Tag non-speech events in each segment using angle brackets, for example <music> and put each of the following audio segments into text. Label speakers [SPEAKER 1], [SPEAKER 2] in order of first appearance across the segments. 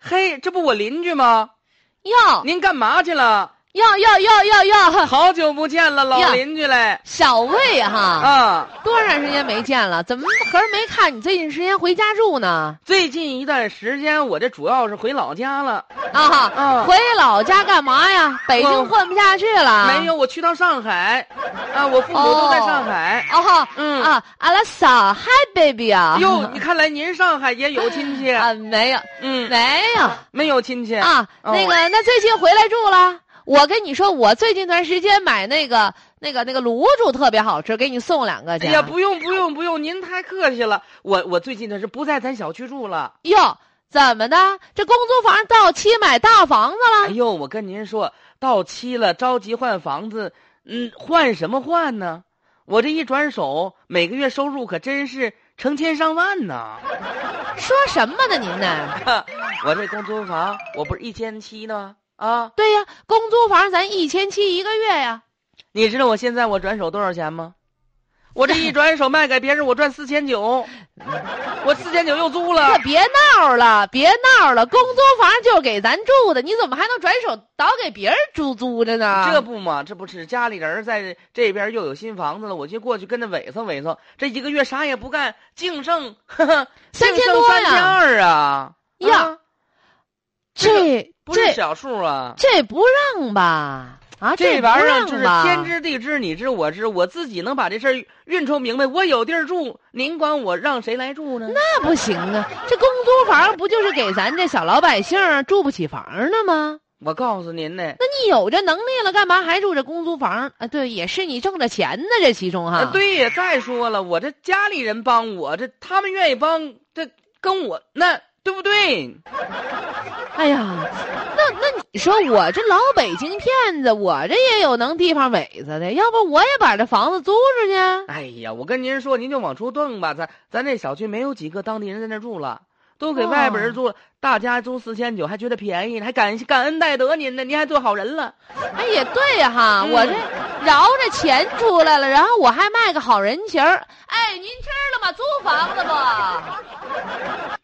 [SPEAKER 1] 嘿，这不我邻居吗？
[SPEAKER 2] 哟
[SPEAKER 1] 您干嘛去了？
[SPEAKER 2] 哟哟哟哟哟，
[SPEAKER 1] 好久不见了，老
[SPEAKER 2] 呀
[SPEAKER 1] 邻居嘞！
[SPEAKER 2] 小魏哈，
[SPEAKER 1] 啊，
[SPEAKER 2] 多长时间没见了？怎么合着没看你最近时间回家住呢？
[SPEAKER 1] 最近一段时间我这主要是回老家了，
[SPEAKER 2] 啊
[SPEAKER 1] 嗯
[SPEAKER 2] 哈，回老家干嘛呀？北
[SPEAKER 1] 我
[SPEAKER 2] 京混不下去了？
[SPEAKER 1] 没有我去趟上海，啊，我父母都在上海。
[SPEAKER 2] 哦哈，
[SPEAKER 1] 嗯
[SPEAKER 2] 啊，阿拉嫂，嗨，baby 啊，
[SPEAKER 1] 哟，你看来您上海也有亲戚？
[SPEAKER 2] <laughs> 啊，没有，
[SPEAKER 1] 嗯，
[SPEAKER 2] 没有啊，
[SPEAKER 1] 没有亲戚。哦
[SPEAKER 2] 那个，那最近回来住了。我跟你说，我最近段时间买那个、那个、那个卤煮特别好吃，给你送两个去。
[SPEAKER 1] 哎呀，不用不用不用，您太客气了。我我最近呢是不在咱小区住了。
[SPEAKER 2] 哟，怎么的？这公租房到期买大房子
[SPEAKER 1] 哎
[SPEAKER 2] 了？
[SPEAKER 1] 呦，我跟您说，到期了，着急换房子，嗯，换什么换呢？我这一转手，每个月收入可真是成千上万呢。 <laughs>
[SPEAKER 2] 说什么呢您呢？
[SPEAKER 1] 我这公租房，我不是一千七呢吗？啊，
[SPEAKER 2] 对呀，公租房咱一千七一个月呀。
[SPEAKER 1] 你知道我现在我转手多少钱吗？我这一转手卖给别人，我赚四千九，我四千九又租了
[SPEAKER 2] <laughs> 可。别闹了，别闹了，公租房就是给咱住的，你怎么还能转手倒给别人租租着呢？
[SPEAKER 1] 这不嘛，这不是家里人在这边又有新房子了，我就过去跟他伪蹭伪蹭，这一个月啥也不干，净剩呵呵
[SPEAKER 2] 三千
[SPEAKER 1] 净剩
[SPEAKER 2] 多
[SPEAKER 1] 三
[SPEAKER 2] 呀
[SPEAKER 1] 千二啊！
[SPEAKER 2] 呀
[SPEAKER 1] 啊
[SPEAKER 2] 这
[SPEAKER 1] 不是
[SPEAKER 2] 这
[SPEAKER 1] 小数啊！
[SPEAKER 2] 这不让吧？啊，
[SPEAKER 1] 这
[SPEAKER 2] 不
[SPEAKER 1] 玩意儿
[SPEAKER 2] 让啊
[SPEAKER 1] 就是
[SPEAKER 2] 吧？
[SPEAKER 1] 天知地知，你知我知，我自己能把这事儿运筹明白，我有地儿住，您管我让谁来住呢？
[SPEAKER 2] 那不行啊！这公租房不就是给咱这小老百姓儿住不起房的吗？
[SPEAKER 1] 我告诉您呢，
[SPEAKER 2] 那你有这能力了，干嘛还住这公租房？啊，对，也是你挣着钱呢，这其中哈。
[SPEAKER 1] 呃，对呀。再说了，我这家里人帮我，这他们愿意帮，这跟我那对不对？
[SPEAKER 2] 哎呀，那那你说我这老北京骗子，我这也有能地方尾子的，要不我也把这房子租出去？
[SPEAKER 1] 哎呀，我跟您说，您就往出蹬吧，咱咱这小区没有几个当地人在那住了，都给外
[SPEAKER 2] 哦
[SPEAKER 1] 边人住了，大家租四千九还觉得便宜呢，还感感恩戴德您呢，您还做好人了。
[SPEAKER 2] 哎，也对呀、哈，
[SPEAKER 1] 嗯
[SPEAKER 2] 我这饶着钱出来了，然后我还卖个好人情儿。哎，您吃了吗？租房子不？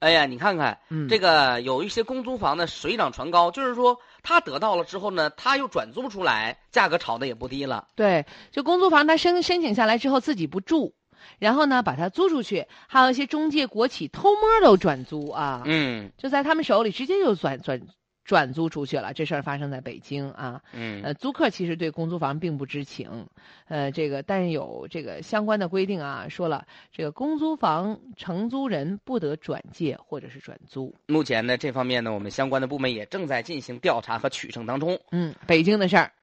[SPEAKER 1] 哎呀，你看看、
[SPEAKER 2] 嗯
[SPEAKER 1] 这个有一些公租房呢水涨船高，就是说他得到了之后呢，他又转租出来，价格炒的也不低了。
[SPEAKER 2] 对，就公租房，他申申请下来之后自己不住，然后呢把它租出去，还有一些中介、国企偷摸都转租啊，
[SPEAKER 1] 嗯
[SPEAKER 2] 就在他们手里直接就转转转租出去了。这事儿发生在北京啊，
[SPEAKER 1] 嗯
[SPEAKER 2] 呃，租客其实对公租房并不知情，呃，这个但是有这个相关的规定啊，说了这个公租房承租人不得转借或者是转租。
[SPEAKER 1] 目前呢这方面呢，我们相关的部门也正在进行调查和取证当中。
[SPEAKER 2] 嗯，北京的事儿